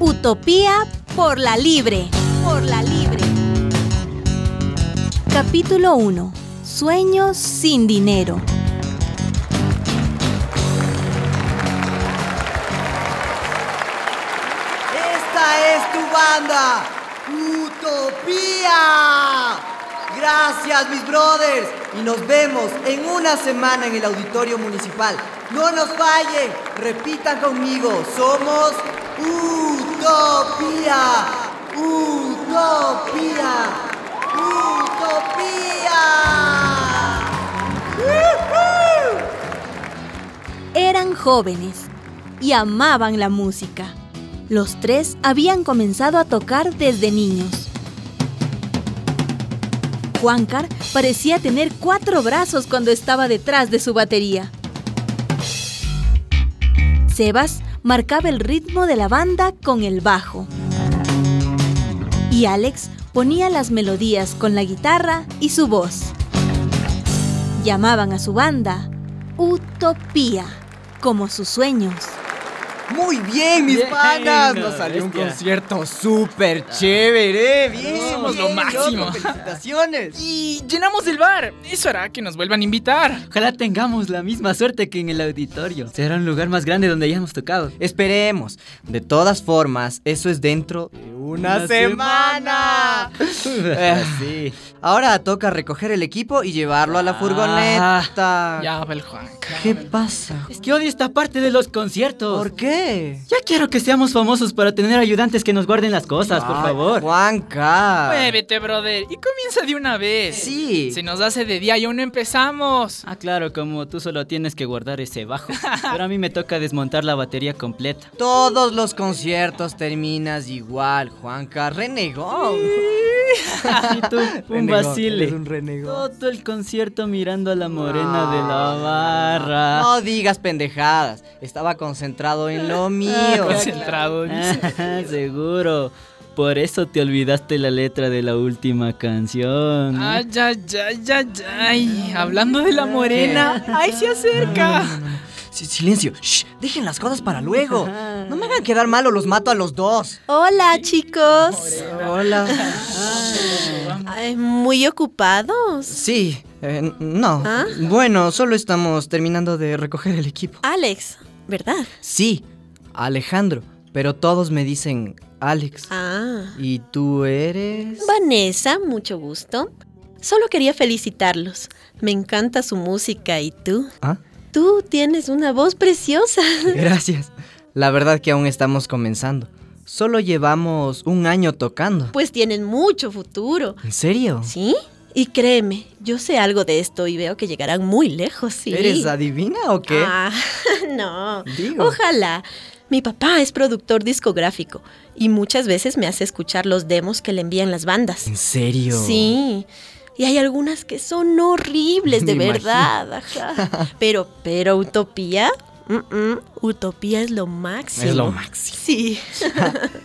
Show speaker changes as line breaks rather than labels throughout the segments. Utopía por la libre. Por la libre. Capítulo 1. Sueños sin dinero.
Esta es tu banda, Utopía. Gracias, mis brothers. Y nos vemos en una semana en el Auditorio Municipal. No nos fallen. Repitan conmigo. Somos Utopía. Utopía. Utopía. ¡Yujú!
Eran jóvenes y amaban la música. Los tres habían comenzado a tocar desde niños. Juancar parecía tener cuatro brazos cuando estaba detrás de su batería. Sebas marcaba el ritmo de la banda con el bajo. Y Alex ponía las melodías con la guitarra y su voz. Llamaban a su banda Utopía, como sus sueños.
Muy bien, mis
Bien,
panas. Nos
no,
salió un
bestia.
concierto súper chévere. Bien,
Somos lo
bien,
máximo.
loco, Felicitaciones.
Y llenamos el bar. Eso hará que nos vuelvan a invitar.
Ojalá tengamos la misma suerte que en el auditorio. Será un lugar más grande donde hayamos tocado.
Esperemos. De todas formas, eso es dentro de una,
Una
semana.
Ah, sí.
Ahora toca recoger el equipo y llevarlo a
Ah.
la furgoneta.
Ya va el Juanca.
¿Qué pasa?
Es que odio esta parte de los conciertos.
¿Por qué?
Ya quiero que seamos famosos para tener ayudantes que nos guarden las cosas, por
Ay,
favor.
Juanca.
Muévete, brother. Y comienza de una vez.
Sí.
Se nos hace de día y aún no empezamos.
Ah, claro, como tú solo tienes que guardar ese bajo. Pero a mí me toca desmontar la batería completa.
Todos los conciertos terminas igual, Juanca. Renegón.
Y tú, un
Renegón,
vacile.
eres un renegón.
Todo el concierto mirando a la morena de la barra.
No digas pendejadas. Estaba concentrado en lo mío.
Concentrado. dice.
Ah, seguro. Por eso te olvidaste la letra de la última canción. ¿eh?
Mm.
¿no?
Ay, ay, ay, ay, ay. Hablando de la morena. Ay, se acerca.
Mm. Sí, silencio. Shh, dejen las cosas para luego. No me hagan quedar malo, los mato a los dos.
Hola chicos.
Hola.
Ay, muy ocupados.
Sí, eh, no.
¿Ah?
Bueno, solo estamos terminando de recoger el equipo.
Alex, ¿verdad?
Sí, Alejandro, pero todos me dicen Alex.
Ah.
¿Y tú eres?
Vanessa, mucho gusto. Solo quería felicitarlos. Me encanta su música y tú.
Ah,
Tú tienes una voz preciosa.
gracias. La verdad que aún estamos comenzando. Solo llevamos un año tocando.
Pues tienen mucho futuro.
¿En serio?
¿Sí? Y créeme, yo sé algo de esto y veo que llegarán muy lejos, sí.
¿Eres adivina ¿Eh, o qué?
Ah, no.
Digo.
Ojalá. Mi papá es productor discográfico y muchas veces me hace escuchar los demos que le envían las bandas.
¿En serio?
Sí. Y hay algunas que son horribles, de
Me
verdad. ajá. Pero, pero Utopía, mm, mm, Utopía es lo máximo.
Es lo máximo.
Sí.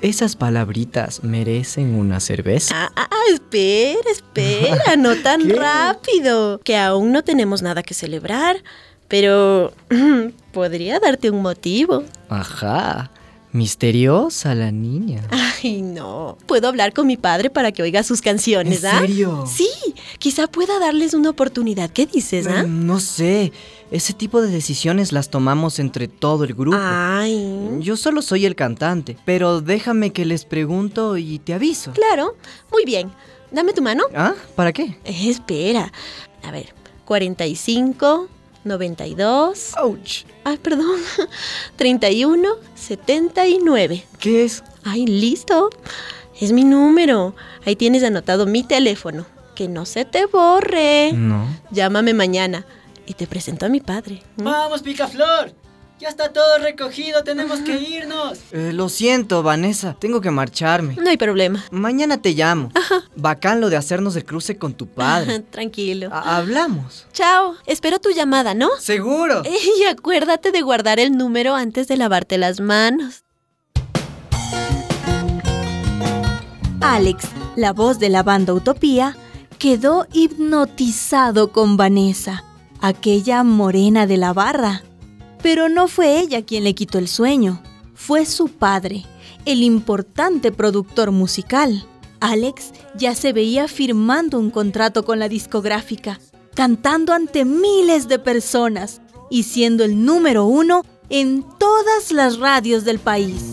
Esas palabritas merecen una cerveza.
Ah, ah, ah, espera, espera, no tan
¿Qué?
rápido. Que aún no tenemos nada que celebrar, pero podría darte un motivo.
Ajá. Misteriosa la niña.
Ay, no. Puedo hablar con mi padre para que oiga sus canciones, ¿ah?
serio?
Sí, quizá pueda darles una oportunidad. ¿Qué dices, ah?
Mm, No sé. Ese tipo de decisiones las tomamos entre todo el grupo.
Ay.
Yo solo soy el cantante, pero déjame que les pregunto y te aviso.
Claro, muy bien. Dame tu mano.
¿Ah? ¿Para qué?
Eh, Espera. A ver, 45, 92.
Ouch.
Ay, perdón. 31, 79.
¿Qué es?
Ay, listo. Es mi número. Ahí tienes anotado mi teléfono. Que no se te borre.
No.
Llámame mañana. Y te presento a mi padre. ¿Mm?
¡Vamos, Picaflor! Ya está todo recogido, tenemos que irnos.
Eh, lo siento, Vanessa. Tengo que marcharme.
No hay problema.
Mañana te llamo. Bacán lo de hacernos el cruce con tu padre.
Tranquilo.
Ha- Hablamos.
Chao. Espero tu llamada, ¿no?
Seguro.
Eh, Y acuérdate de guardar el número antes de lavarte las manos.
Alex, la voz de la banda Utopía, quedó hipnotizado con Vanessa, aquella morena de la barra. Pero no fue ella quien le quitó el sueño, fue su padre, el importante productor musical. Alex ya se veía firmando un contrato con la discográfica, cantando ante miles de personas y siendo el número uno en todas las radios del país.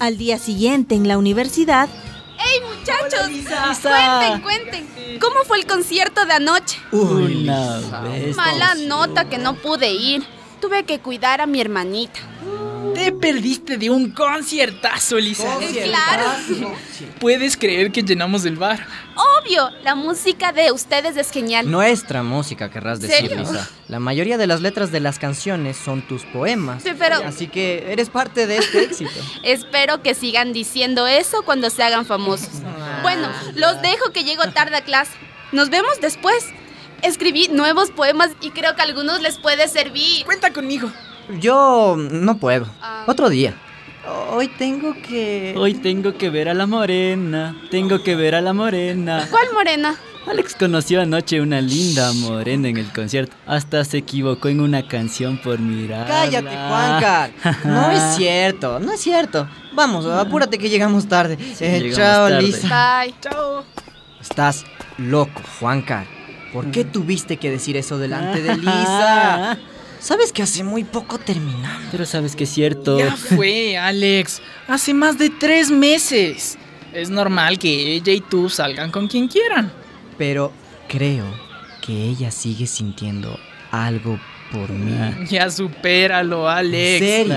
Al día siguiente en la universidad,
¡Hey muchachos! Cuenten, cuenten. ¿Cómo fue el concierto de anoche?
Una vez.
Mala nota que no pude ir. Tuve que cuidar a mi hermanita.
Te perdiste de un conciertazo, Elisa.
Eh, Claro.
¿Puedes creer que llenamos el bar?
Obvio, la música de ustedes es genial.
Nuestra música, querrás decir,
¿Serio?
Lisa. La mayoría de las letras de las canciones son tus poemas.
Sí, pero-
Así que eres parte de este éxito.
Espero que sigan diciendo eso cuando se hagan famosos. Bueno, los dejo que llego tarde a clase. Nos vemos después. Escribí nuevos poemas y creo que a algunos les puede servir.
Cuenta conmigo.
Yo no puedo.
Ah.
Otro día. Hoy tengo que...
Hoy tengo que ver a la morena, tengo que ver a la morena.
¿Cuál morena?
Alex conoció anoche una linda morena en el concierto. Hasta se equivocó en una canción por mirar.
Cállate, Juanca. No es cierto, no es cierto. Vamos, apúrate que llegamos tarde. Eh,
llegamos
chao,
tarde.
Lisa.
Bye.
Chao.
Estás loco, Juanca. ¿Por qué tuviste que decir eso delante de Lisa? ¿Sabes que hace muy poco terminamos?
Pero sabes que es cierto.
Ya fue, Alex. Hace más de tres meses. Es normal que ella y tú salgan con quien quieran.
Pero creo que ella sigue sintiendo algo por mí.
Ya supéralo, Alex.
¿En serio?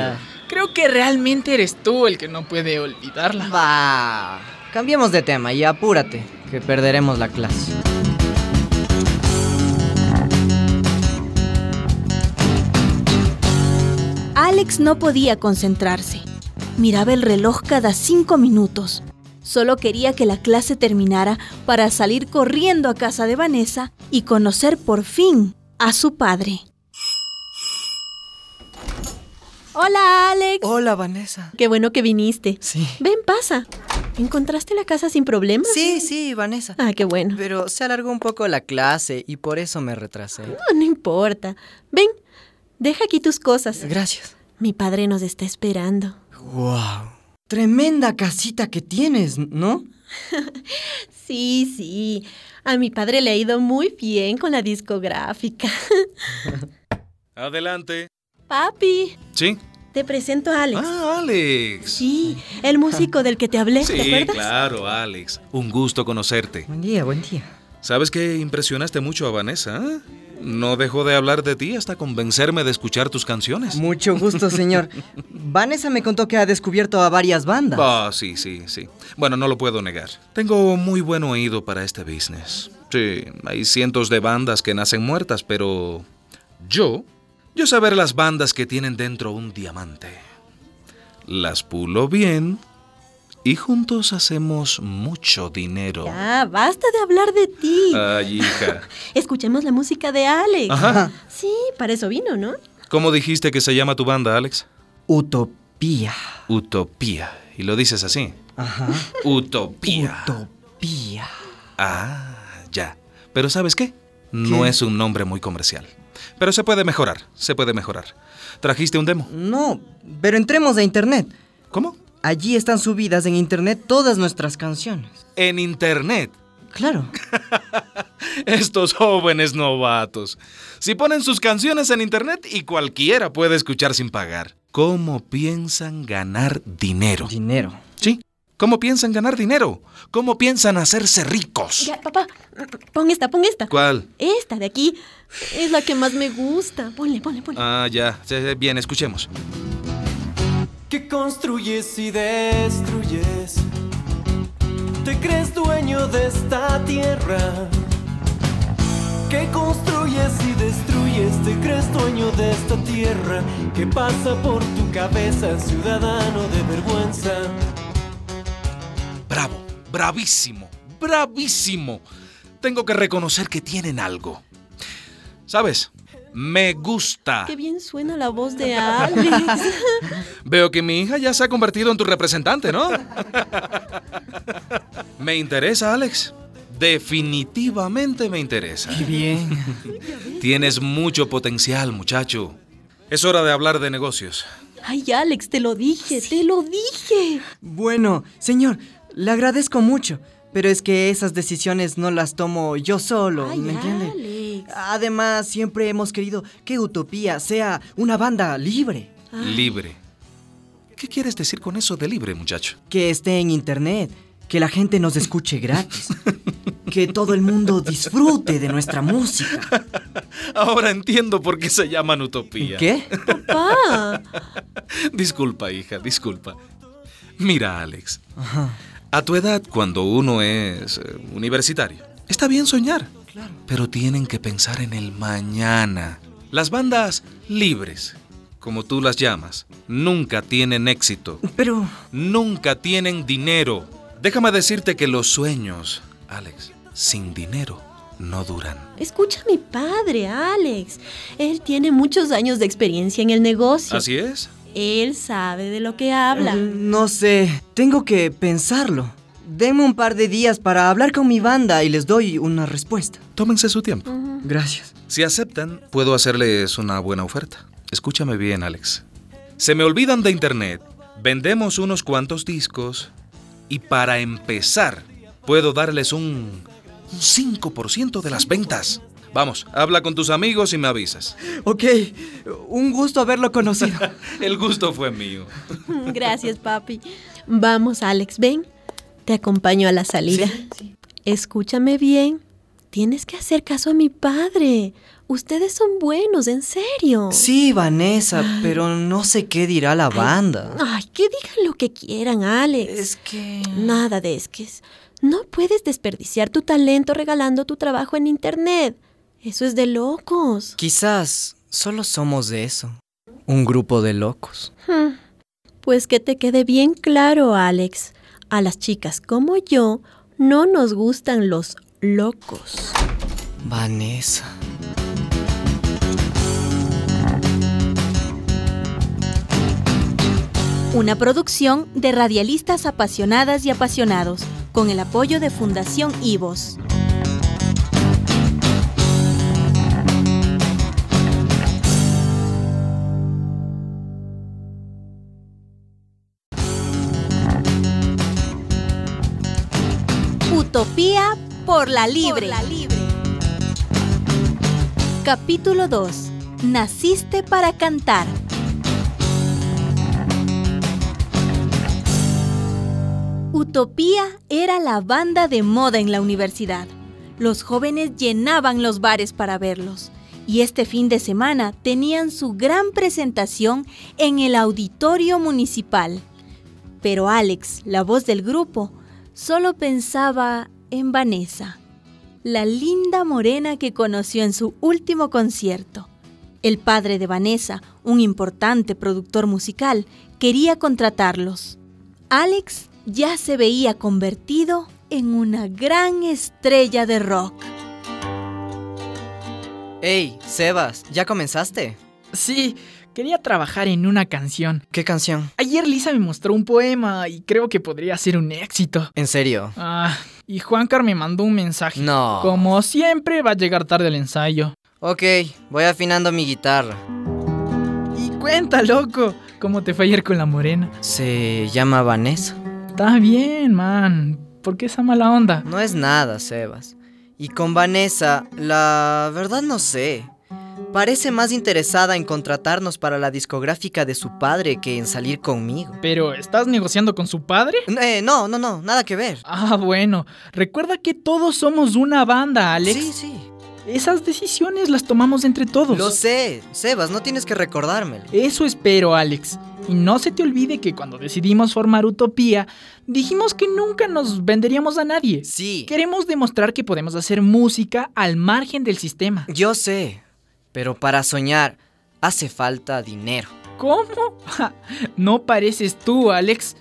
Creo que realmente eres tú el que no puede olvidarla.
Va. Cambiemos de tema y apúrate, que perderemos la clase.
Alex no podía concentrarse. Miraba el reloj cada cinco minutos. Solo quería que la clase terminara para salir corriendo a casa de Vanessa y conocer por fin a su padre. Hola Alex.
Hola, Vanessa.
Qué bueno que viniste.
Sí.
Ven, pasa. ¿Encontraste la casa sin problemas?
Sí, sí, Vanessa.
Ah, qué bueno.
Pero se alargó un poco la clase y por eso me retrasé.
No, no importa. Ven, deja aquí tus cosas.
Gracias.
Mi padre nos está esperando.
Wow. Tremenda casita que tienes, ¿no?
Sí, sí. A mi padre le ha ido muy bien con la discográfica.
Adelante.
Papi,
¿Sí?
te presento a Alex.
Ah, Alex.
Sí, el músico del que te hablé, ¿te
Sí,
acuerdas?
claro, Alex. Un gusto conocerte.
Buen día, buen día.
¿Sabes que impresionaste mucho a Vanessa? ¿eh? No dejó de hablar de ti hasta convencerme de escuchar tus canciones.
Mucho gusto, señor. Vanessa me contó que ha descubierto a varias bandas.
Ah, sí, sí, sí. Bueno, no lo puedo negar. Tengo muy buen oído para este business. Sí, hay cientos de bandas que nacen muertas, pero yo, yo saber las bandas que tienen dentro un diamante. Las pulo bien y juntos hacemos mucho dinero.
Ya, Ah, basta de hablar de ti.
Ay, hija.
Escuchemos la música de Alex.
Ajá.
Sí, para eso vino, ¿no?
¿Cómo dijiste que se llama tu banda, Alex?
Utopía.
Utopía. Y lo dices así.
Ajá.
Utopía.
Utopía.
Ah, ya. Pero ¿sabes qué? No es un nombre muy comercial. Pero se puede mejorar, se puede mejorar. ¿Trajiste un demo?
No, pero entremos a internet.
¿Cómo?
Allí están subidas en internet todas nuestras canciones.
En internet.
Claro.
Estos jóvenes novatos. Si ponen sus canciones en internet y cualquiera puede escuchar sin pagar. ¿Cómo piensan ganar dinero?
Dinero.
¿Sí? ¿Cómo piensan ganar dinero? ¿Cómo piensan hacerse ricos?
Ya, papá, pon esta, pon esta.
¿Cuál?
Esta de aquí es la que más me gusta. Ponle, ponle, ponle.
Ah, ya. Sí, sí, Bien, escuchemos.
que construyes y destruyes. Te crees dueño de esta tierra. Que construyes y destruyes, te crees dueño de esta tierra. Que pasa por tu cabeza, ciudadano de vergüenza.
Bravo, bravísimo, bravísimo. Tengo que reconocer que tienen algo. ¿Sabes? Me gusta.
Qué bien suena la voz de Alex.
Veo que mi hija ya se ha convertido en tu representante, ¿no? me interesa, Alex. Definitivamente me interesa.
Bien.
Tienes mucho potencial, muchacho. Es hora de hablar de negocios.
Ay, Alex, te lo dije, te lo dije.
Bueno, señor, le agradezco mucho, pero es que esas decisiones no las tomo yo solo,
Ay,
¿me entiende?
Alex.
Además, siempre hemos querido que Utopía sea una banda libre,
Ah.
Libre. ¿Qué quieres decir con eso de libre, muchacho?
que esté en internet, que la gente nos escuche gratis, que todo el mundo disfrute de nuestra música.
Ahora entiendo por qué se llaman utopía.
¿Qué?
Papá.
Disculpa, hija, disculpa. Mira, Alex. A tu edad, cuando uno es eh, universitario, está bien soñar. Pero tienen que pensar en el mañana. Las bandas libres, como tú las llamas, nunca tienen éxito.
Pero
Nunca tienen dinero. Déjame decirte que los sueños, Alex, sin dinero no duran.
Escucha a mi padre, Alex. Él tiene muchos años de experiencia en el negocio.
Así es.
Él sabe de lo que habla.
No sé, tengo que pensarlo. Denme un par de días para hablar con mi banda y les doy una respuesta.
Tómense su tiempo.
Gracias.
Si aceptan, puedo hacerles una buena oferta. Escúchame bien, Alex. Se me olvidan de internet. Vendemos unos cuantos discos y para empezar, puedo darles un, un 5% de las ventas. Vamos, habla con tus amigos y me avisas.
Ok, un gusto haberlo conocido.
El gusto fue mío.
Gracias, papi. Vamos, Alex, ven. Te acompaño a la salida. Escúchame bien. Tienes que hacer caso a mi padre. Ustedes son buenos, en serio.
sí, Vanessa, pero no sé qué dirá la banda.
Ay, que digan lo que quieran, Alex.
Es que...
Nada de esques. No puedes desperdiciar tu talento regalando tu trabajo en internet. Eso es de locos.
Quizás solo somos de eso. Un grupo de locos.
Hmm. Pues que te quede bien claro, Alex. A las chicas como yo no nos gustan los locos.
Vanessa.
Una producción de radialistas apasionadas y apasionados, con el apoyo de Fundación Ivos. Utopía por la libre. Capítulo 2. Naciste para cantar. Utopía era la banda de moda en la universidad. Los jóvenes llenaban los bares para verlos. Y este fin de semana tenían su gran presentación en el auditorio municipal. Pero Alex, la voz del grupo, solo pensaba en Vanessa, la linda morena que conoció en su último concierto. El padre de Vanessa, un importante productor musical, quería contratarlos. Alex ya se veía convertido en una gran estrella de rock.
Hey, Sebas, ¿ya comenzaste?
Sí, quería trabajar en una canción.
¿Qué canción?
Ayer Lisa me mostró un poema y creo que podría ser un éxito.
En serio.
Ah, y Juancar me mandó un mensaje.
No.
Como siempre va a llegar tarde el ensayo.
Ok, voy afinando mi guitarra.
Y cuenta, loco, cómo te fue ayer con la morena.
Se llama Vanessa.
Está bien, man. ¿Por qué esa mala onda?
No es nada, Sebas. Y con Vanessa, la verdad no sé. Parece más interesada en contratarnos para la discográfica de su padre que en salir conmigo.
¿Pero estás negociando con su padre?
Eh, no, no, no, nada que ver.
Ah, bueno. Recuerda que todos somos una banda, Alex.
Sí, sí.
Esas decisiones las tomamos entre todos.
Lo sé, Sebas, no tienes que recordármelo.
Eso espero, Alex. Y no se te olvide que cuando decidimos formar Utopía, dijimos que nunca nos venderíamos a nadie.
Sí,
Queremos demostrar que podemos hacer música al margen del sistema.
yo sé. Pero para soñar hace falta dinero.
¿Cómo? Ja, no pareces tú, Alex.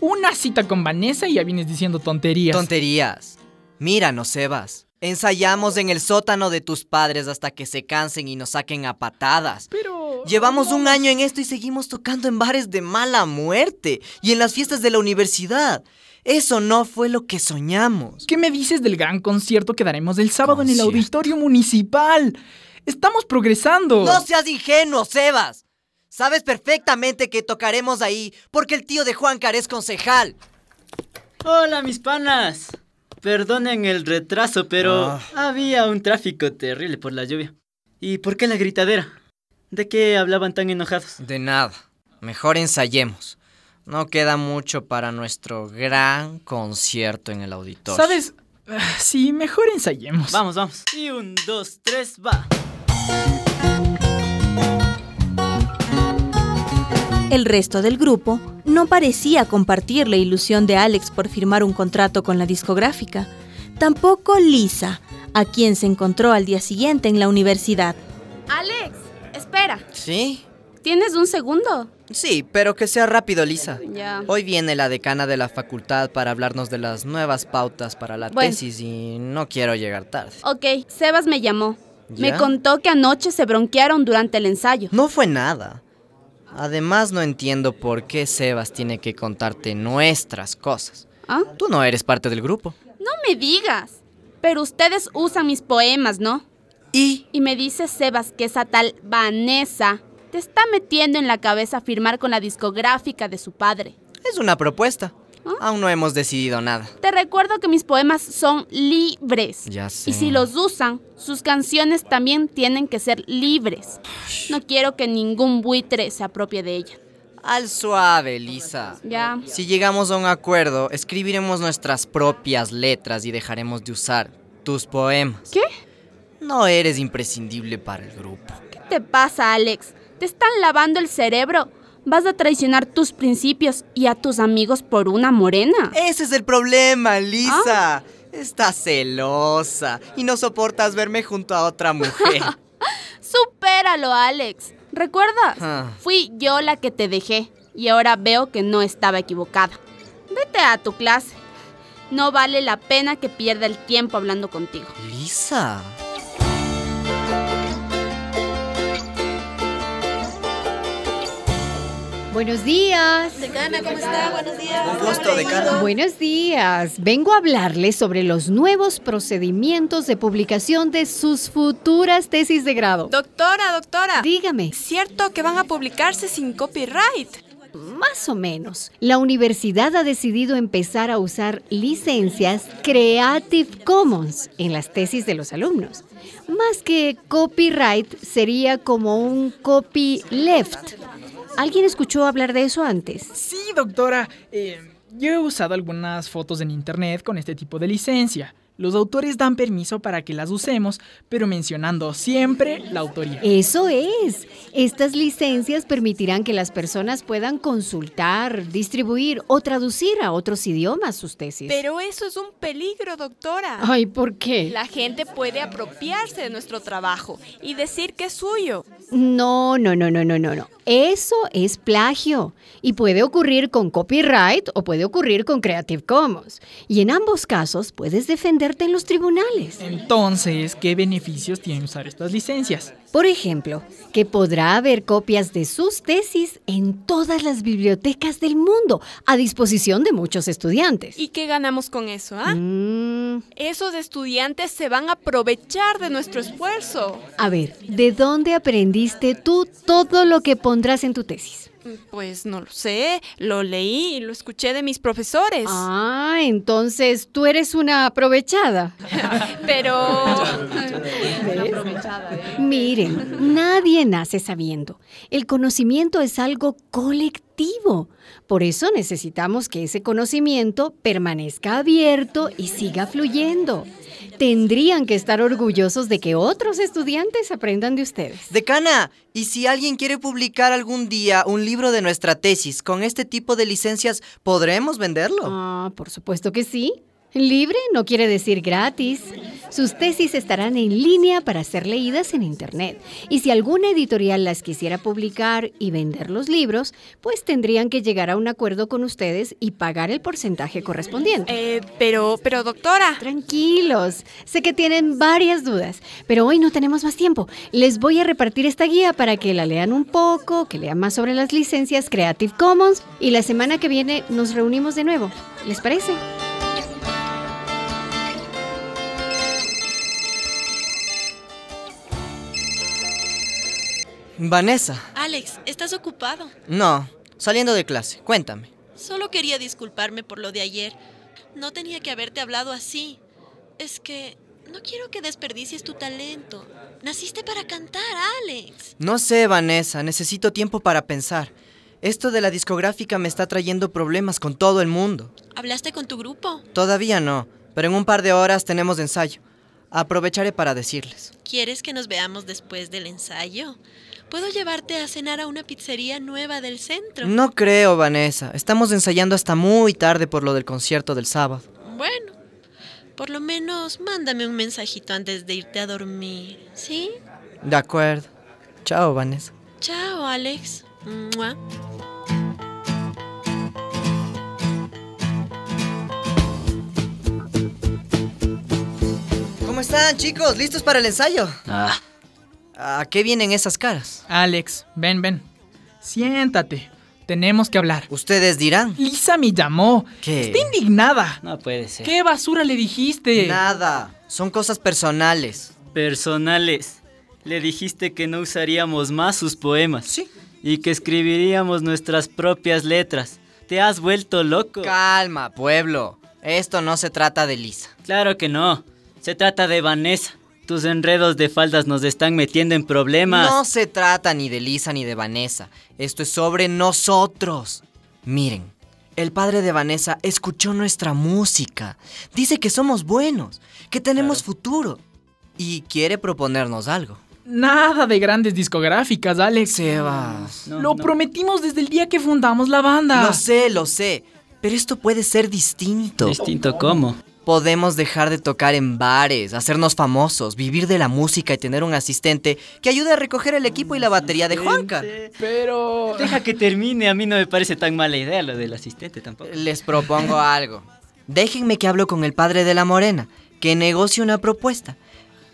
Una cita con Vanessa y ya vienes diciendo tonterías.
Tonterías. Míranos, Sebas. Ensayamos en el sótano de tus padres hasta que se cansen y nos saquen a patadas.
Pero...
Llevamos un año en esto y seguimos tocando en bares de mala muerte y en las fiestas de la universidad. Eso no fue lo que soñamos.
¿Qué me dices del gran concierto que daremos el sábado en el
Concierto.
auditorio municipal? Estamos progresando.
No seas ingenuo, Sebas. Sabes perfectamente que tocaremos ahí porque el tío de Juancar es concejal.
Hola, mis panas. Perdonen el retraso, pero había un tráfico terrible por la lluvia. ¿Y por qué la gritadera? ¿De qué hablaban tan enojados?
De nada. Mejor ensayemos. No queda mucho para nuestro gran concierto en el auditorio.
¿Sabes? Ah, Sí, mejor ensayemos.
Vamos, vamos. Y un, dos, tres, va.
El resto del grupo no parecía compartir la ilusión de Alex por firmar un contrato con la discográfica. Tampoco Lisa, a quien se encontró al día siguiente en la universidad.
Alex, espera.
¿Sí?
¿Tienes un segundo?
Sí, pero que sea rápido, Lisa.
Ya.
Hoy viene la decana de la facultad para hablarnos de las nuevas pautas para la
Bueno.
tesis y no quiero llegar tarde.
Ok, Sebas me llamó.
¿Ya?
Me contó que anoche se bronquearon durante el ensayo.
No fue nada. Además, no entiendo por qué Sebas tiene que contarte nuestras cosas.
¿Ah?
Tú no eres parte del grupo.
No me digas. Pero ustedes usan mis poemas, ¿no?
Y
Y me dice Sebas que esa tal Vanessa te está metiendo en la cabeza firmar con la discográfica de su padre.
es una propuesta.
¿Ah?
Aún no hemos decidido nada.
Te recuerdo que mis poemas son libres.
Ya
Y si los usan, sus canciones también tienen que ser libres. No quiero que ningún buitre se apropie de ella.
Al suave, Lisa.
Ya.
Si llegamos a un acuerdo, escribiremos nuestras propias letras y dejaremos de usar tus poemas.
¿Qué?
No eres imprescindible para el grupo.
¿Qué te pasa, Alex? ¿Te están lavando el cerebro? ¿Vas a traicionar tus principios y a tus amigos por una morena? Ah,
Ese es el problema, Lisa. Estás celosa y no soportas verme junto a otra mujer.
Supéralo, Alex. ¿Recuerdas?
Ah.
Fui yo la que te dejé y ahora veo que no estaba equivocada. Vete a tu clase. No vale la pena que pierda el tiempo hablando contigo.
Lisa.
Buenos días.
¿cómo está? Buenos días.
Un gusto, decano.
Buenos días. Vengo a hablarles sobre los nuevos procedimientos de publicación de sus futuras tesis de grado.
Doctora, doctora,
Dígame,
¿es cierto que van a publicarse sin copyright?
más o menos, la universidad ha decidido empezar a usar licencias Creative Commons en las tesis de los alumnos. Más que copyright sería como un copyleft. ¿Alguien escuchó hablar de eso antes?
Sí, doctora. Eh, yo he usado algunas fotos en internet con este tipo de licencia. Los autores dan permiso para que las usemos, pero mencionando siempre la autoría.
Eso es. Estas licencias permitirán que las personas puedan consultar, distribuir o traducir a otros idiomas sus tesis.
Pero eso es un peligro, doctora.
Ay, ¿por qué?
La gente puede apropiarse de nuestro trabajo y decir que es suyo.
No, no, no, no, no, no, no. Eso es plagio y puede ocurrir con copyright o puede ocurrir con Creative Commons. Y en ambos casos puedes defenderte en los tribunales.
Entonces, ¿qué beneficios tiene usar estas licencias?
Por ejemplo, que podrá haber copias de sus tesis en todas las bibliotecas del mundo a disposición de muchos estudiantes.
¿Y qué ganamos con eso, ah?
Mm.
Esos estudiantes se van a aprovechar de nuestro esfuerzo.
A ver, ¿de dónde aprendiste tú todo lo que pondrás en tu tesis?
Pues no lo sé, lo leí y lo escuché de mis profesores.
Ah, entonces tú eres una aprovechada.
Pero...
Miren, nadie nace sabiendo. El conocimiento es algo colectivo. Por eso necesitamos que ese conocimiento permanezca abierto y siga fluyendo. Tendrían que estar orgullosos de que otros estudiantes aprendan de ustedes.
Decana, ¿y si alguien quiere publicar algún día un libro de nuestra tesis con este tipo de licencias, podremos venderlo?
Ah, por supuesto que sí. Libre no quiere decir gratis. Sus tesis estarán en línea para ser leídas en Internet. Y si alguna editorial las quisiera publicar y vender los libros, pues tendrían que llegar a un acuerdo con ustedes y pagar el porcentaje correspondiente.
Eh, pero, pero doctora,
Tranquilos, sé que tienen varias dudas, pero hoy no tenemos más tiempo. Les voy a repartir esta guía para que la lean un poco, que lean más sobre las licencias Creative Commons y la semana que viene nos reunimos de nuevo. ¿Les parece?
Vanessa,
Alex, ¿estás ocupado?
No, saliendo de clase, cuéntame.
Solo quería disculparme por lo de ayer. No tenía que haberte hablado así. Es que no quiero que desperdicies tu talento. Naciste para cantar, Alex.
No sé, Vanessa, necesito tiempo para pensar. Esto de la discográfica me está trayendo problemas con todo el mundo.
¿Hablaste con tu grupo?
Todavía no, pero en un par de horas tenemos ensayo. Aprovecharé para decirles.
¿Quieres que nos veamos después del ensayo? ¿Puedo llevarte a cenar a una pizzería nueva del centro?
No creo, Vanessa. Estamos ensayando hasta muy tarde por lo del concierto del sábado.
Bueno, por lo menos mándame un mensajito antes de irte a dormir, ¿sí?
De acuerdo. Chao, Vanessa.
Chao, Alex. Mua.
¿Cómo están, chicos? ¿Listos para el ensayo?
Ah.
¿A qué vienen esas caras?
Alex, ven, ven. Siéntate. Tenemos que hablar.
Ustedes dirán.
Lisa me llamó.
¿Qué?
Está indignada.
No puede ser.
¿Qué basura le dijiste?
Nada. Son cosas personales.
Personales. Le dijiste que no usaríamos más sus poemas.
Sí.
Y que escribiríamos nuestras propias letras. Te has vuelto loco.
Calma, pueblo. Esto no se trata de Lisa.
Claro que no. Se trata de Vanessa. Tus enredos de faldas nos están metiendo en problemas.
No se trata ni de Lisa ni de Vanessa. Esto es sobre nosotros. Miren, el padre de Vanessa escuchó nuestra música. Dice que somos buenos, que tenemos
Claro.
futuro. Y quiere proponernos algo.
Nada de grandes discográficas, Alex.
Sebas.
No,
lo
no.
prometimos desde el día que fundamos la banda.
Lo sé, lo sé. Pero esto puede ser distinto.
Distinto cómo.
Podemos dejar de tocar en bares, hacernos famosos, vivir de la música y tener un asistente que ayude a recoger el equipo y la batería de Juanca.
Pero...
Deja que termine, a mí no me parece tan mala idea lo del asistente tampoco.
Les propongo algo. Déjenme que hablo con el padre de la morena, que negocie una propuesta.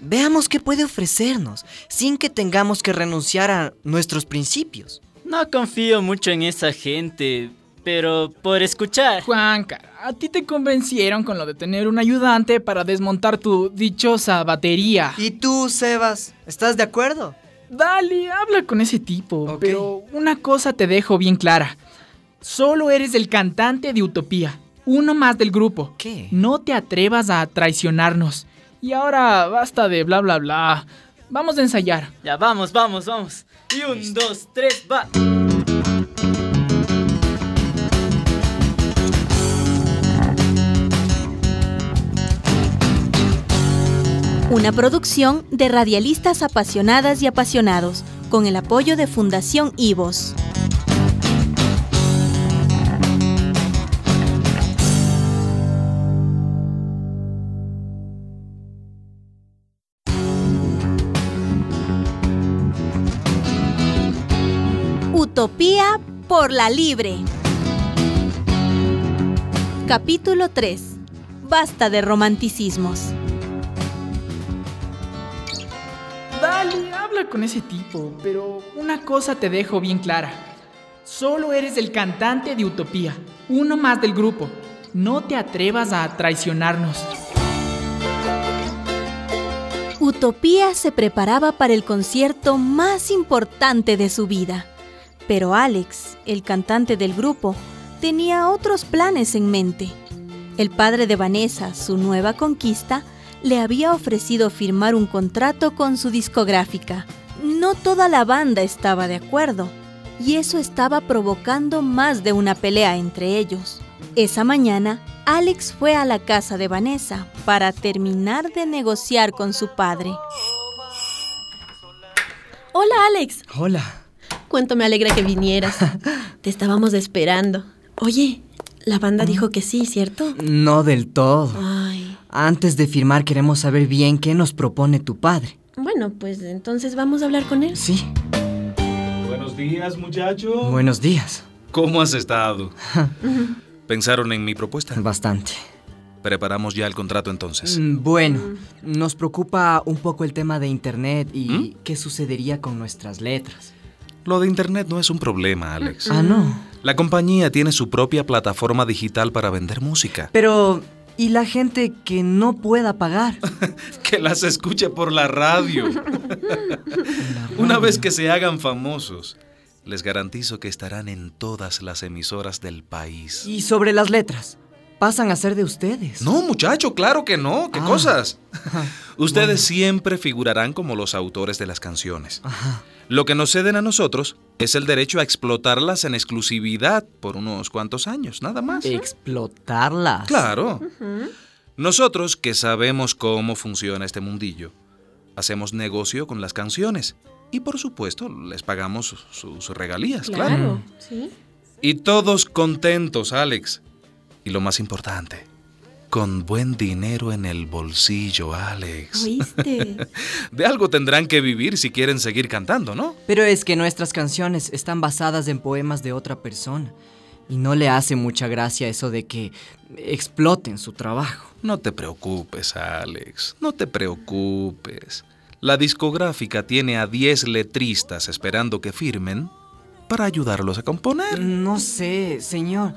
Veamos qué puede ofrecernos, sin que tengamos que renunciar a nuestros principios.
No confío mucho en esa gente, pero por escuchar.
Juanca, a ti te convencieron con lo de tener un ayudante para desmontar tu dichosa batería.
¿Y tú, Sebas? ¿Estás de acuerdo?
Dale, habla con ese tipo.
Ok.
Pero una cosa te dejo bien clara. Solo eres el cantante de Utopía, uno más del grupo.
¿Qué?
No te atrevas a traicionarnos. Y ahora basta de bla bla bla. Vamos a ensayar.
Ya, vamos, vamos, vamos. Y un, dos, tres, va.
Una producción de radialistas apasionadas y apasionados, con el apoyo de Fundación Ivos. Utopía por la libre. Capítulo 3. Basta de romanticismos.
Dale, habla con ese tipo. Pero una cosa te dejo bien clara. Solo eres el cantante de Utopía, uno más del grupo. No te atrevas a traicionarnos.
Utopía se preparaba para el concierto más importante de su vida, pero Alex, el cantante del grupo, tenía otros planes en mente. El padre de Vanessa, su nueva conquista, le había ofrecido firmar un contrato con su discográfica. No toda la banda estaba de acuerdo, y eso estaba provocando más de una pelea entre ellos. Esa mañana, Alex fue a la casa de Vanessa para terminar de negociar con su padre.
Hola, Alex.
Hola.
Cuánto me alegra que vinieras. Te estábamos esperando. Oye, la banda dijo que sí, ¿cierto?
No del todo.
Ay.
Antes de firmar queremos saber bien qué nos propone tu padre.
Bueno, pues entonces vamos a hablar con él.
Sí.
Buenos días, muchachos.
Buenos días.
¿Cómo has estado? ¿Pensaron en mi propuesta?
Bastante.
Preparamos ya el contrato entonces.
Mm, Bueno, nos preocupa un poco el tema de internet y qué sucedería con nuestras letras.
¿Mm? Lo de Internet no es un problema, Alex.
Ah, no.
La compañía tiene su propia plataforma digital para vender música.
Pero, ¿y la gente que no pueda pagar?
Que las escuche por la radio. Una vez que se hagan famosos, Les garantizo que estarán en todas las emisoras del país.
¿Y sobre las letras? ¿Pasan a ser de ustedes?
No, muchacho, claro que no. ¿Qué
Ah.
cosas? Ustedes
Bueno.
siempre figurarán como los autores de las canciones.
Ajá.
Lo que nos ceden a nosotros es el derecho a explotarlas en exclusividad por unos cuantos años, nada más.
Explotarlas.
Claro. Nosotros, que sabemos cómo funciona este mundillo, hacemos negocio con las canciones y por supuesto les pagamos sus- sus regalías, claro.
sí.
Y todos contentos, Alex. Y lo más importante, con buen dinero en el bolsillo, Alex.
¿Oíste?
De algo tendrán que vivir si quieren seguir cantando, ¿no?
Pero es que nuestras canciones están basadas en poemas de otra persona. Y no le hace mucha gracia eso de que exploten su trabajo.
No te preocupes, Alex. No te preocupes. La discográfica tiene a 10 letristas esperando que firmen para ayudarlos a componer.
No sé, señor.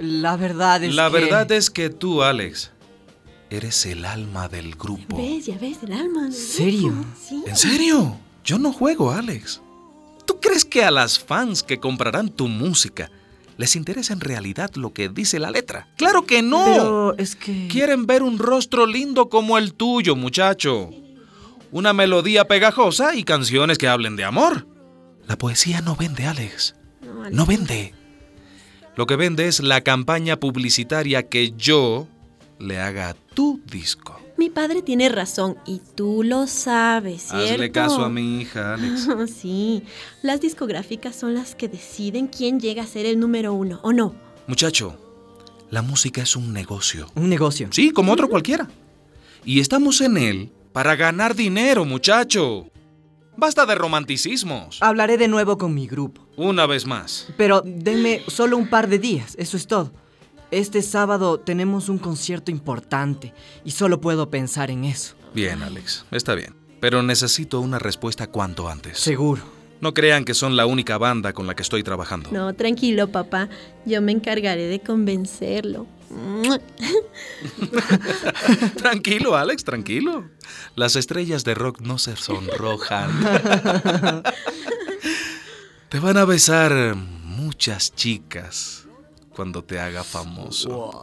La verdad es
La
que...
verdad es que tú, Alex, eres el alma del grupo.
¿Ves? Ya ves, el alma. ¿En
serio? ¿En serio? Yo no juego, Alex. ¿Tú crees que a las fans que comprarán tu música les interesa en realidad lo que dice la letra? Claro que no.
Pero es que...
Quieren ver un rostro lindo como el tuyo, muchacho. Una melodía pegajosa y canciones que hablen de amor. La poesía no vende, Alex. No vende. Lo que vende es la campaña publicitaria que yo le haga a tu disco.
Mi padre tiene razón y tú lo sabes, ¿cierto?
Hazle caso a mi hija, Alex.
sí, las discográficas son las que deciden quién llega a ser el número uno o no.
Muchacho, la música es un negocio.
Un negocio.
Sí, como otro cualquiera. Y estamos en él para ganar dinero, muchacho. Basta de romanticismos.
Hablaré de nuevo con mi grupo.
Una vez más.
Pero denme solo un par de días, eso es todo. Este sábado tenemos un concierto importante y solo puedo pensar en eso.
Bien, Alex, está bien. Pero necesito una respuesta cuanto antes.
Seguro.
No crean que son la única banda con la que estoy trabajando.
No, tranquilo, papá. Yo me encargaré de convencerlo. ¡Mua!
tranquilo, Alex, tranquilo. Las estrellas de rock no se sonrojan. te van a besar muchas chicas cuando te haga famoso.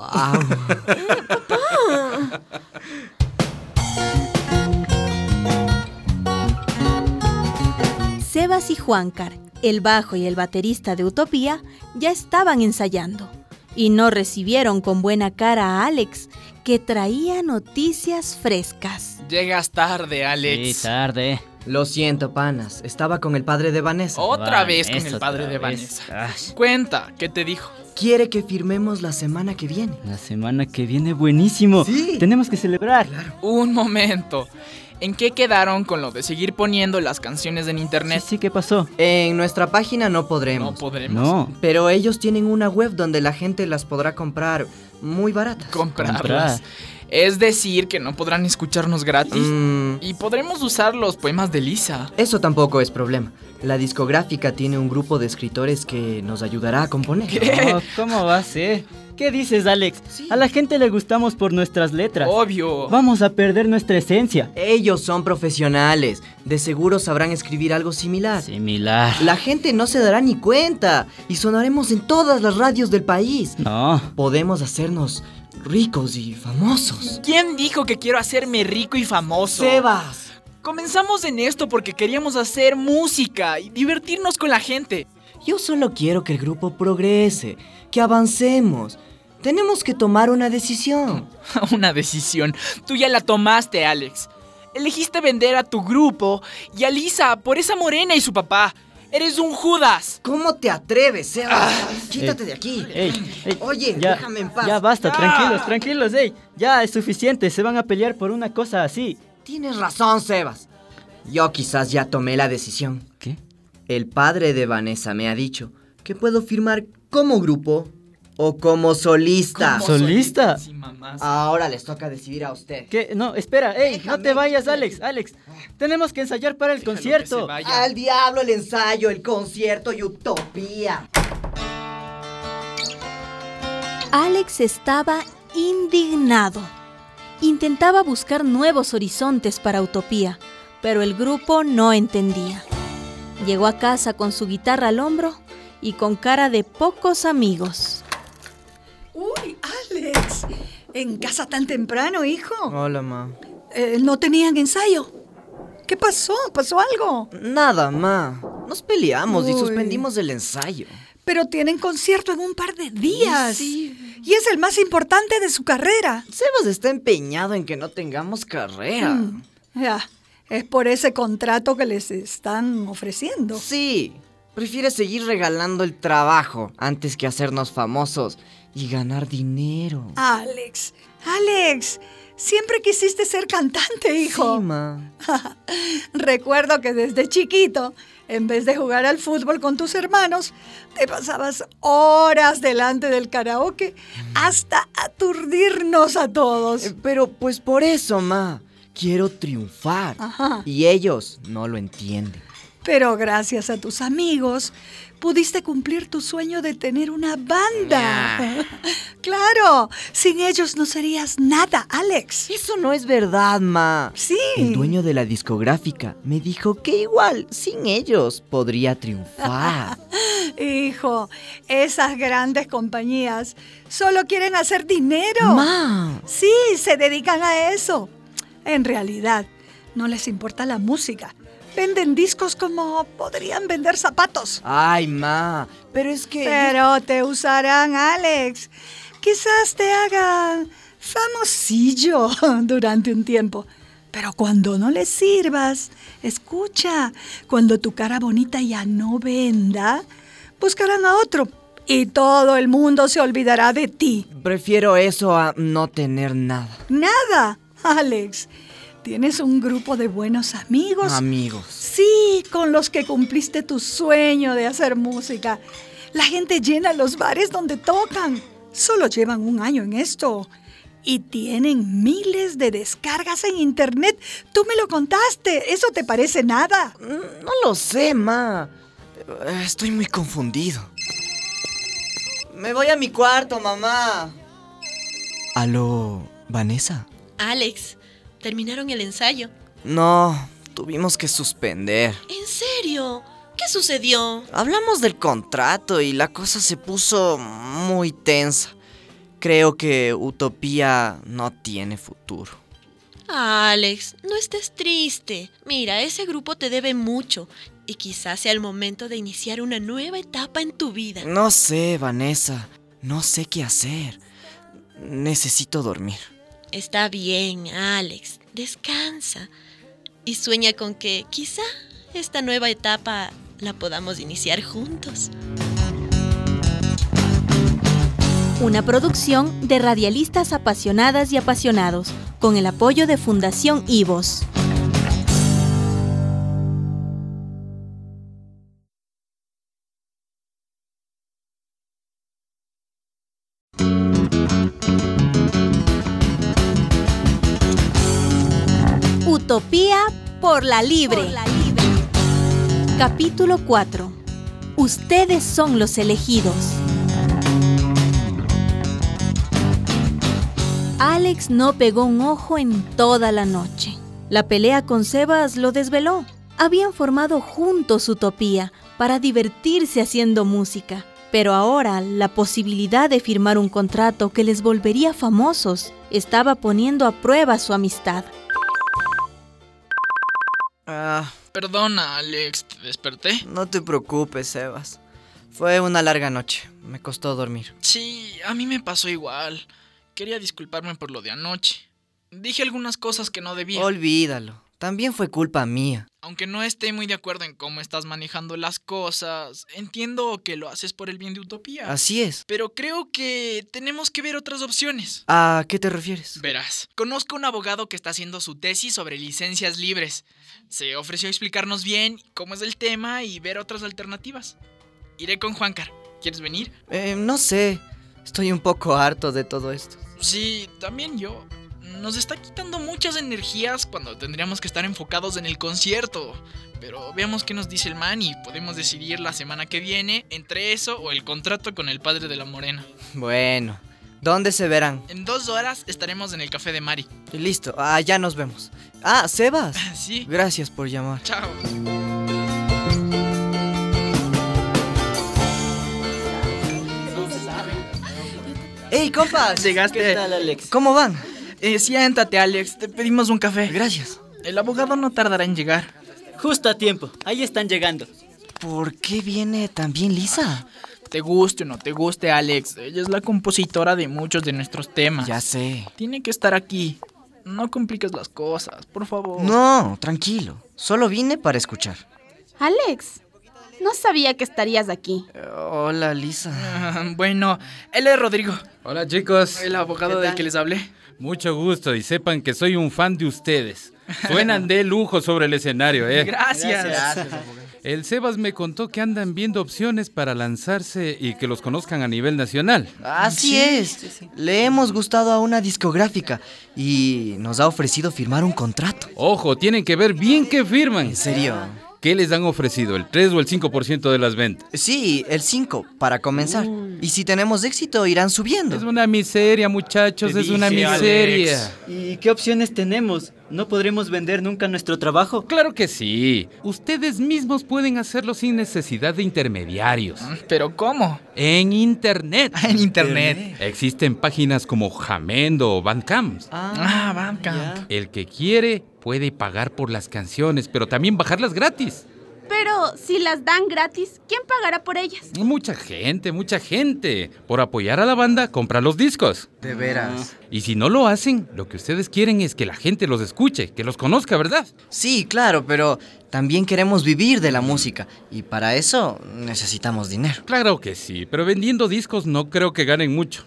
Sebas y Juancar, el bajo y el baterista de Utopía, ya estaban ensayando y no recibieron con buena cara a Alex, que traía noticias frescas.
Llegas tarde, Alex.
tarde. Lo siento, panas. Estaba con el padre de Vanessa.
Otra vez Ah, con el padre de Vanessa. Cuenta, ¿qué te dijo?
Quiere que firmemos la semana que viene.
La semana que viene, buenísimo. Tenemos que celebrar.
Un momento. ¿En qué quedaron con lo de seguir poniendo las canciones en internet?
¿qué pasó? En nuestra página no podremos.
No podremos.
No.
Pero ellos tienen una web donde la gente las podrá comprar muy baratas.
Comprarlas. Es decir, que no podrán escucharnos gratis. Y podremos usar los poemas de Lisa.
Eso tampoco Mm. es problema. La discográfica tiene un grupo de escritores que nos ayudará a componer.
No, ¿Cómo va a ser? ¿Qué dices, Alex? A la gente le gustamos por nuestras letras.
Obvio.
Vamos a perder nuestra esencia.
Ellos son profesionales. De seguro sabrán escribir algo similar.
Similar.
La gente no se dará ni cuenta. Y sonaremos en todas las radios del país.
No.
Podemos hacernos ricos y famosos.
¿Quién dijo que quiero hacerme rico y famoso?
Sebas.
Comenzamos en esto porque queríamos hacer música y divertirnos con la gente.
Yo solo quiero que el grupo progrese, que avancemos. Tenemos que tomar una decisión.
Una decisión. Tú ya la tomaste, Alex. Elegiste vender a tu grupo y a Lisa por esa morena y su papá. Eres un Judas. Ah.
¿Cómo te atreves, Sebas? Quítate
Eh.
de aquí.
Ey, ey,
Oye,
ya,
déjame en paz.
Ya basta, tranquilos, tranquilos, ey. Ya es suficiente, se van a pelear por una cosa así.
Tienes razón, Sebas. Yo quizás ya tomé la decisión.
¿Qué?
El padre de Vanessa me ha dicho que puedo firmar como grupo o como solista.
¿Como solista?
Ahora les toca decidir a usted.
¿Qué? No, espera, ey, no te vayas, Alex, Alex. Tenemos que ensayar para el concierto.
Al diablo el ensayo, el concierto y utopía.
Alex estaba indignado. Intentaba buscar nuevos horizontes para Utopía, pero el grupo no entendía. Llegó a casa con su guitarra al hombro y con cara de pocos amigos.
¡Uy, Alex! ¿En casa tan temprano, hijo?
Hola, ma.
Eh, ¿No tenían ensayo? ¿Qué pasó? ¿Pasó algo?
Nada, ma. Nos peleamos y suspendimos el ensayo.
Pero tienen concierto en un par de días. Y es el más importante de su carrera.
Sebas está empeñado en que no tengamos carrera.
Mm, ya, es por ese contrato que les están ofreciendo.
Sí. Prefiere seguir regalando el trabajo antes que hacernos famosos y ganar dinero.
Alex, Alex, siempre quisiste ser cantante, hijo.
Sí, ma.
Recuerdo que desde chiquito, en vez de jugar al fútbol con tus hermanos, te pasabas horas delante del karaoke hasta aturdirnos a todos.
Pero pues por eso, ma, quiero triunfar.
Ajá.
Y ellos no lo entienden.
Pero gracias a tus amigos pudiste cumplir tu sueño de tener una banda. claro, sin ellos no serías nada, Alex.
Eso no es verdad, ma.
Sí.
El dueño de la discográfica me dijo que igual, sin ellos, podría triunfar.
Hijo, esas grandes compañías solo quieren hacer dinero.
Ma.
Sí, se dedican a eso. En realidad, no les importa la música venden discos como podrían vender zapatos.
Ay, ma, pero es que...
Pero te usarán, Alex. Quizás te hagan famosillo durante un tiempo. Pero cuando no les sirvas, escucha, cuando tu cara bonita ya no venda, buscarán a otro y todo el mundo se olvidará de ti.
Prefiero eso a no tener nada.
Nada, Alex. Tienes un grupo de buenos
Pues,
amigos.
Amigos.
Sí, con los que cumpliste tu sueño de hacer música. La gente llena los bares donde tocan. Solo llevan un año en esto. Y tienen miles de descargas en internet. Tú me lo contaste. ¿Eso te parece nada?
Mm, No lo sé, Ma. Estoy muy confundido. Me voy a mi cuarto, mamá. ¿Aló, Vanessa?
Alex, ¿Terminaron el ensayo?
No, tuvimos que suspender.
¿En serio? ¿Qué sucedió?
Hablamos del contrato y la cosa se puso muy tensa. Creo que Utopía no tiene futuro.
Alex, no estés triste. Mira, ese grupo te debe mucho y quizás sea el momento de iniciar una nueva etapa en tu vida.
No sé, Vanessa. No sé qué hacer. Necesito dormir.
Está bien, Alex, descansa y sueña con que quizá esta nueva etapa la podamos iniciar juntos.
Una producción de radialistas apasionadas y apasionados, con el apoyo de Fundación IVOS. Utopía por la libre. Capítulo 4. Ustedes son los elegidos. Alex no pegó un ojo en toda la noche. La pelea con Sebas lo desveló. Habían formado juntos Utopía para divertirse haciendo música, pero ahora la posibilidad de firmar un contrato que les volvería famosos estaba poniendo a prueba su amistad.
Ah,
Perdona, Alex, ¿te desperté?
no te preocupes, Sebas. Fue una larga noche. Me costó dormir.
Sí, a mí me pasó igual. Quería disculparme por lo de anoche. Dije algunas cosas que no debía.
Olvídalo. También fue culpa mía.
Aunque no esté muy de acuerdo en cómo estás manejando las cosas, entiendo que lo haces por el bien de Utopía.
Así es.
Pero creo que tenemos que ver otras opciones.
¿A qué te refieres?
Verás, conozco a un abogado que está haciendo su tesis sobre licencias libres. Se ofreció explicarnos bien cómo es el tema y ver otras alternativas. Iré con Juancar. ¿Quieres venir?
Eh, no sé. Estoy un poco harto de todo esto.
Sí, también yo. Nos está quitando muchas energías cuando tendríamos que estar enfocados en el concierto. Pero veamos qué nos dice el man y podemos decidir la semana que viene entre eso o el contrato con el padre de la morena.
Bueno, ¿dónde se verán?
En dos horas estaremos en el café de Mari.
Listo, allá nos vemos. Ah, Sebas.
Sí.
Gracias por llamar.
Chao.
¡Hey, compas!
Llegaste.
¿Qué tal, Alex? ¿Cómo van?
Eh, siéntate, Alex. Te pedimos un café.
Gracias.
El abogado no tardará en llegar.
Justo a tiempo. Ahí están llegando.
¿Por qué viene tan bien Lisa?
Te guste o no te guste, Alex. Ella es la compositora de muchos de nuestros temas.
Ya sé.
Tiene que estar aquí. No compliques las cosas, por favor.
No, tranquilo. Solo vine para escuchar.
Alex, no sabía que estarías aquí.
Hola, Lisa.
Ah, bueno, él es Rodrigo.
Hola, chicos.
El abogado del que les hablé.
Mucho gusto y sepan que soy un fan de ustedes. Suenan de lujo sobre el escenario, ¿eh?
Gracias. Gracias
el Sebas me contó que andan viendo opciones para lanzarse y que los conozcan a nivel nacional.
Así sí, es. Sí, sí. Le hemos gustado a una discográfica y nos ha ofrecido firmar un contrato.
Ojo, tienen que ver bien que firman.
¿En serio?
¿Qué les han ofrecido? ¿El 3 o el 5% de las ventas?
Sí, el 5, para comenzar. Uy. Y si tenemos éxito, irán subiendo.
Es una miseria, muchachos, Te es una miseria. Alex.
¿Y qué opciones tenemos? ¿No podremos vender nunca nuestro trabajo?
Claro que sí. Ustedes mismos pueden hacerlo sin necesidad de intermediarios.
Mm, ¿Pero cómo?
En Internet.
en Internet.
Existen páginas como Jamendo o Bandcamp.
Ah, ah Bandcamp.
Yeah. El que quiere puede pagar por las canciones, pero también bajarlas gratis.
Pero si las dan gratis, ¿quién pagará por ellas?
Mucha gente, mucha gente. Por apoyar a la banda, compra los discos.
De veras.
Y si no lo hacen, lo que ustedes quieren es que la gente los escuche, que los conozca, ¿verdad?
Sí, claro, pero también queremos vivir de la música. Y para eso necesitamos dinero.
Claro que sí, pero vendiendo discos no creo que ganen mucho.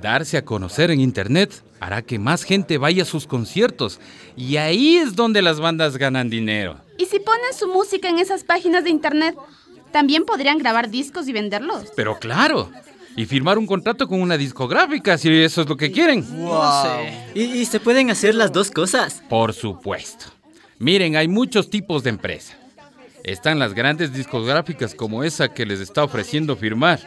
Darse a conocer en Internet hará que más gente vaya a sus conciertos. Y ahí es donde las bandas ganan dinero.
Y si ponen su música en esas páginas de internet, también podrían grabar discos y venderlos.
Pero claro. Y firmar un contrato con una discográfica, si eso es lo que quieren.
Wow. ¿Y, y se pueden hacer las dos cosas.
Por supuesto. Miren, hay muchos tipos de empresa. Están las grandes discográficas como esa que les está ofreciendo firmar.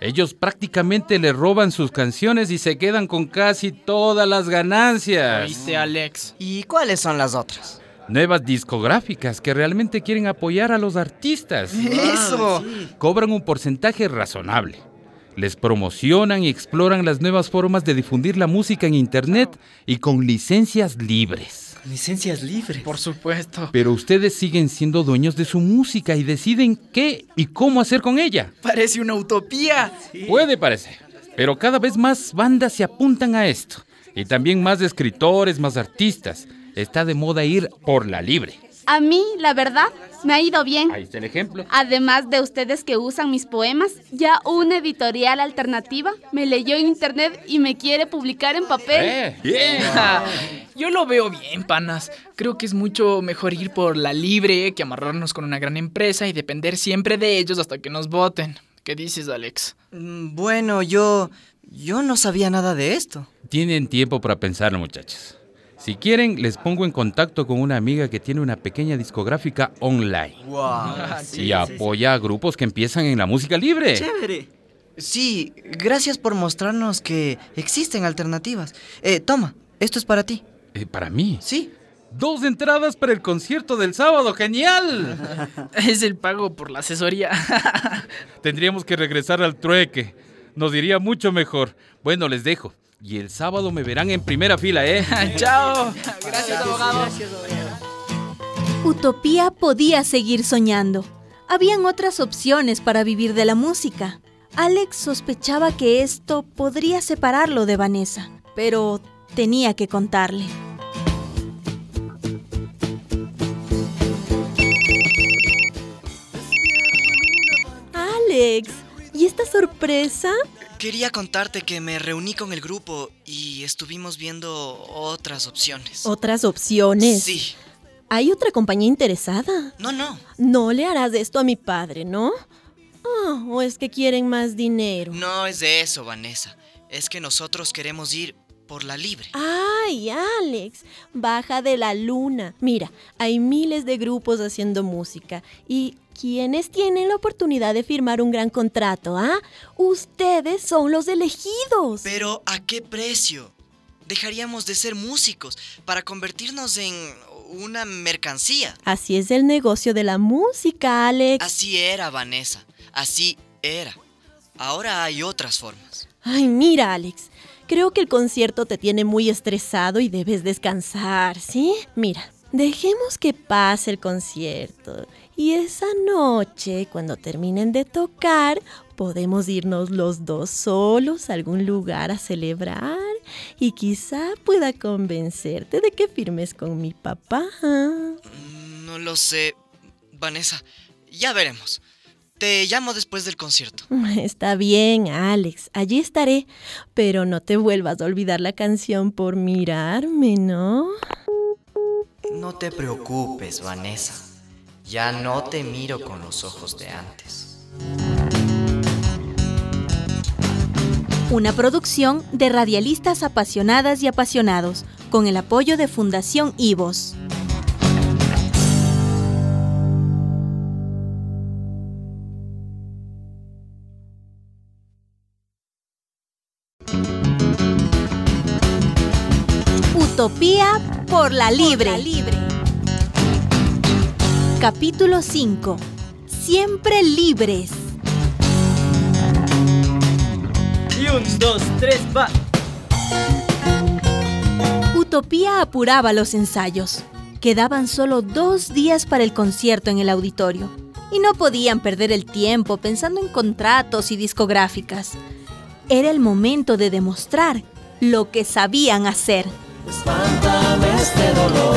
Ellos prácticamente le roban sus canciones y se quedan con casi todas las ganancias.
Dice Alex.
¿Y cuáles son las otras?
Nuevas discográficas que realmente quieren apoyar a los artistas.
Eso. Sí.
Cobran un porcentaje razonable. Les promocionan y exploran las nuevas formas de difundir la música en Internet y con licencias libres.
Licencias libres.
Por supuesto.
Pero ustedes siguen siendo dueños de su música y deciden qué y cómo hacer con ella.
Parece una utopía.
Sí. Puede parecer. Pero cada vez más bandas se apuntan a esto. Y también más escritores, más artistas. Está de moda ir por la libre.
A mí, la verdad, me ha ido bien.
Ahí está el ejemplo.
Además de ustedes que usan mis poemas, ya una editorial alternativa me leyó en internet y me quiere publicar en papel.
Eh, bien.
Yo lo veo bien, panas. Creo que es mucho mejor ir por la libre que amarrarnos con una gran empresa y depender siempre de ellos hasta que nos voten. ¿Qué dices, Alex?
Mm, Bueno, yo... Yo no sabía nada de esto.
Tienen tiempo para pensar, muchachos. Si quieren, les pongo en contacto con una amiga que tiene una pequeña discográfica online.
Wow.
Ah, Sí, y apoya sí, sí. a grupos que empiezan en la música libre.
Chévere. Sí, gracias por mostrarnos que existen alternativas. Eh, toma, esto es para ti.
Eh, ¿Para mí?
Sí.
Dos entradas para el concierto del sábado, genial.
es el pago por la asesoría.
Tendríamos que regresar al trueque. Nos diría mucho mejor. Bueno, les dejo. Y el sábado me verán en primera fila, ¿eh?
¡Chao! Gracias, abogado.
Utopía podía seguir soñando. Habían otras opciones para vivir de la música. Alex sospechaba que esto podría separarlo de Vanessa, pero tenía que contarle.
Alex, ¿y esta sorpresa?
Quería contarte que me reuní con el grupo y estuvimos viendo otras opciones.
¿Otras opciones?
Sí.
¿Hay otra compañía interesada?
No, no.
No le harás esto a mi padre, ¿no? Oh, ¿O es que quieren más dinero?
No es de eso, Vanessa. Es que nosotros queremos ir por la libre.
Ah, ¡Ay, Alex! Baja de la luna. Mira, hay miles de grupos haciendo música y quienes tienen la oportunidad de firmar un gran contrato, ¿ah? Ustedes son los elegidos.
Pero ¿a qué precio? Dejaríamos de ser músicos para convertirnos en una mercancía.
Así es el negocio de la música, Alex.
Así era, Vanessa. Así era. Ahora hay otras formas.
Ay, mira, Alex, creo que el concierto te tiene muy estresado y debes descansar, ¿sí? Mira, dejemos que pase el concierto y esa noche, cuando terminen de tocar, podemos irnos los dos solos a algún lugar a celebrar y quizá pueda convencerte de que firmes con mi papá.
No lo sé, Vanessa. Ya veremos. Te llamo después del concierto.
Está bien, Alex. Allí estaré. Pero no te vuelvas a olvidar la canción por mirarme, ¿no?
No te preocupes, Vanessa. Ya no te miro con los ojos de antes.
Una producción de radialistas apasionadas y apasionados, con el apoyo de Fundación IVOS. Utopía por la libre. Por la libre. Capítulo 5. Siempre libres.
Y un, dos, tres, va.
Utopía apuraba los ensayos. Quedaban solo dos días para el concierto en el auditorio. Y no podían perder el tiempo pensando en contratos y discográficas. Era el momento de demostrar lo que sabían hacer.
Espántame este dolor.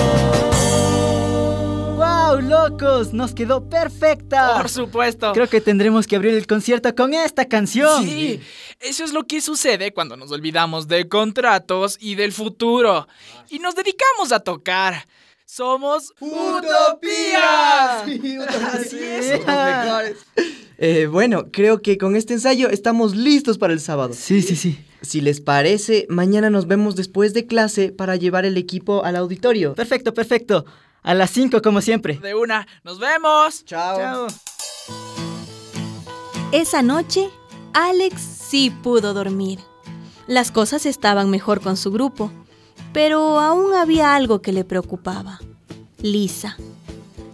¡Wow, locos! Nos quedó perfecta.
Por supuesto.
Ah, Creo que tendremos que abrir el concierto con esta canción.
Sí, eso es lo que sucede cuando nos olvidamos de contratos y del futuro y nos dedicamos a tocar. Somos
utopías.
Sí,
Así es.
Somos mejores.
Eh, bueno, creo que con este ensayo estamos listos para el sábado.
Sí, sí, sí.
Si les parece, mañana nos vemos después de clase para llevar el equipo al auditorio.
Perfecto, perfecto. A las 5 como siempre.
De una, nos vemos.
Chao. Chao.
Esa noche, Alex sí pudo dormir. Las cosas estaban mejor con su grupo, pero aún había algo que le preocupaba. Lisa.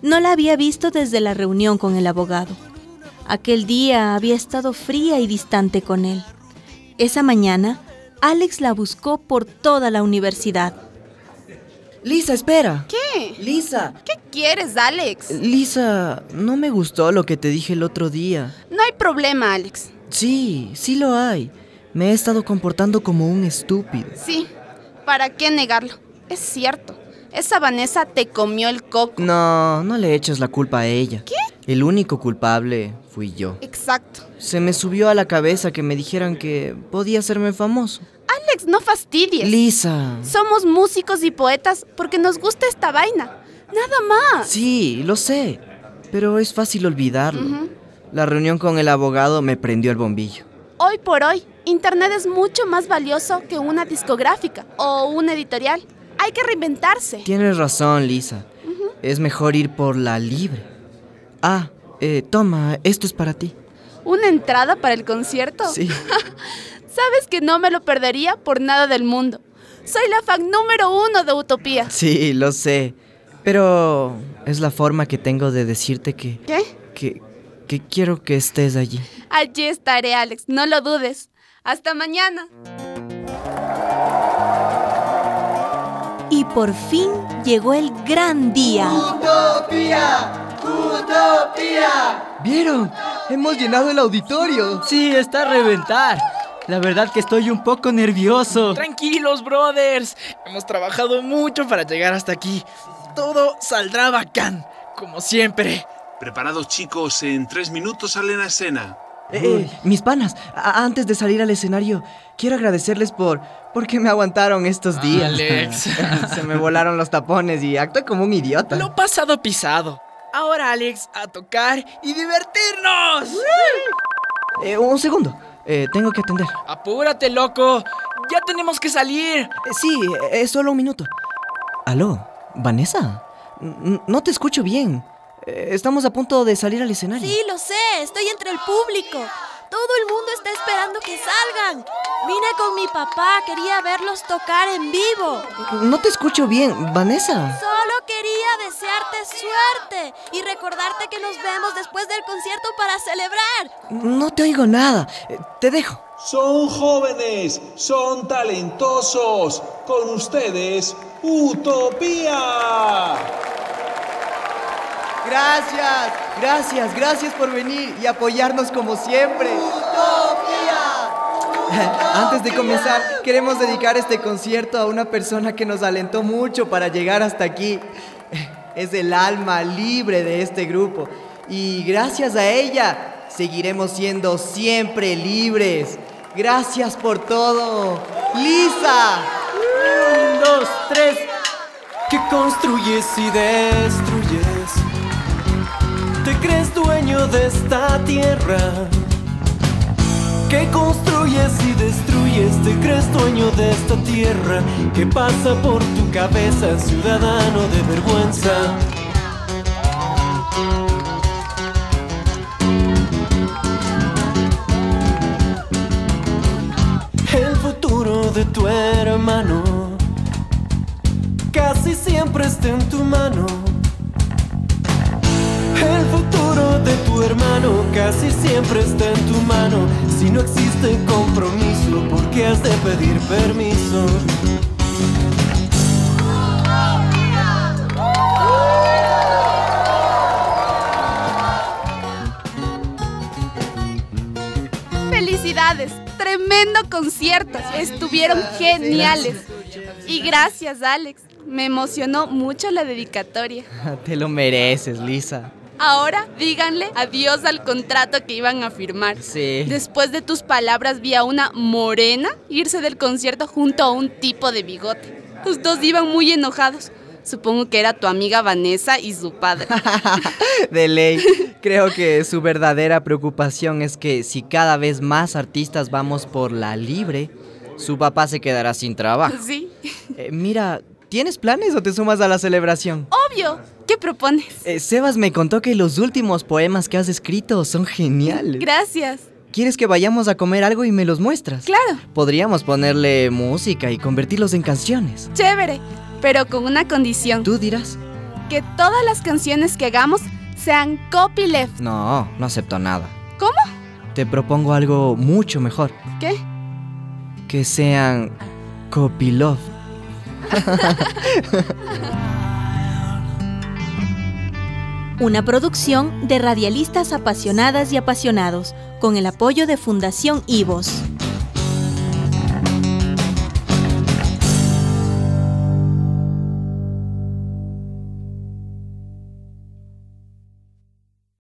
No la había visto desde la reunión con el abogado. Aquel día había estado fría y distante con él. Esa mañana, Alex la buscó por toda la universidad.
Lisa, espera.
¿Qué?
Lisa.
¿Qué quieres, Alex?
Lisa, no me gustó lo que te dije el otro día.
No hay problema, Alex.
Sí, sí lo hay. Me he estado comportando como un estúpido.
Sí, ¿para qué negarlo? Es cierto. Esa Vanessa te comió el coco.
No, no le eches la culpa a ella.
¿Qué?
El único culpable fui yo.
Exacto.
Se me subió a la cabeza que me dijeran que podía hacerme famoso.
Alex, no fastidies.
Lisa.
Somos músicos y poetas porque nos gusta esta vaina. Nada más.
Sí, lo sé. Pero es fácil olvidarlo. Uh -huh. La reunión con el abogado me prendió el bombillo.
Hoy por hoy, Internet es mucho más valioso que una discográfica o una editorial. Hay que reinventarse.
Tienes razón, Lisa. Uh -huh. Es mejor ir por la libre. Ah, eh, toma, esto es para ti.
¿Una entrada para el concierto?
Sí.
Sabes que no me lo perdería por nada del mundo. Soy la fan número uno de Utopía.
Sí, lo sé. Pero es la forma que tengo de decirte que...
¿Qué?
Que, que quiero que estés allí.
Allí estaré, Alex, no lo dudes. Hasta mañana.
Y por fin llegó el gran día.
¡Utopía! ¡Utopía!
¿Vieron? ¡Utopía! Hemos llenado el auditorio.
Sí, está a reventar. La verdad que estoy un poco nervioso.
Tranquilos, brothers. Hemos trabajado mucho para llegar hasta aquí. Todo saldrá bacán, como siempre.
Preparados, chicos. En tres minutos salen a escena.
Eh, eh, mis panas, antes de salir al escenario, quiero agradecerles por porque me aguantaron estos días.
Ah, Alex.
Se me volaron los tapones y actué como un idiota.
Lo pasado pisado. Ahora, Alex, a tocar y divertirnos.
Eh, un segundo. Eh, tengo que atender.
Apúrate, loco. Ya tenemos que salir.
Eh, sí, es solo un minuto. Aló, Vanessa. N no te escucho bien. Eh, estamos a punto de salir al escenario.
Sí, lo sé. Estoy entre el público. Todo el mundo está esperando que salgan. Vine con mi papá, quería verlos tocar en vivo.
No te escucho bien, Vanessa.
Solo quería desearte suerte y recordarte que nos vemos después del concierto para celebrar.
No Eh, te oigo nada. Te dejo.
Son jóvenes, son talentosos. Con ustedes, Utopía.
Gracias, gracias, gracias por venir y apoyarnos como siempre. Antes de comenzar, queremos dedicar este concierto a una persona que nos alentó mucho para llegar hasta aquí. Es el alma libre de este grupo. Y gracias a ella, seguiremos siendo siempre libres. Gracias por todo. Lisa.
Un, dos, tres.
Que construyes y destruyes.
Te crees dueño de esta tierra
que construyes y destruyes, te crees dueño de esta tierra que pasa por tu cabeza, ciudadano de vergüenza. El futuro de tu hermano casi siempre está en tu mano. El futuro de tu hermano casi siempre está en tu mano. Si no existe compromiso, ¿por qué has de pedir permiso?
¡Felicidades! Tremendo concierto. Estuvieron geniales. Y gracias, Alex. Me emocionó mucho la dedicatoria.
Te lo mereces, Lisa.
Ahora díganle adiós al contrato que iban a firmar.
Sí.
Después de tus palabras vi a una morena irse del concierto junto a un tipo de bigote. Los dos iban muy enojados. Supongo que era tu amiga Vanessa y su padre.
de ley. Creo que su verdadera preocupación es que si cada vez más artistas vamos por la libre, su papá se quedará sin trabajo.
Sí.
Eh, mira, ¿tienes planes o te sumas a la celebración?
Obvio. ¿Qué propones?
Eh, Sebas me contó que los últimos poemas que has escrito son geniales.
Gracias.
¿Quieres que vayamos a comer algo y me los muestras?
Claro.
Podríamos ponerle música y convertirlos en canciones.
Chévere, pero con una condición.
Tú dirás.
Que todas las canciones que hagamos sean copyleft.
No, no acepto nada.
¿Cómo?
Te propongo algo mucho mejor.
¿Qué?
Que sean copylove.
una producción de radialistas apasionadas y apasionados, con el apoyo de Fundación IVOS.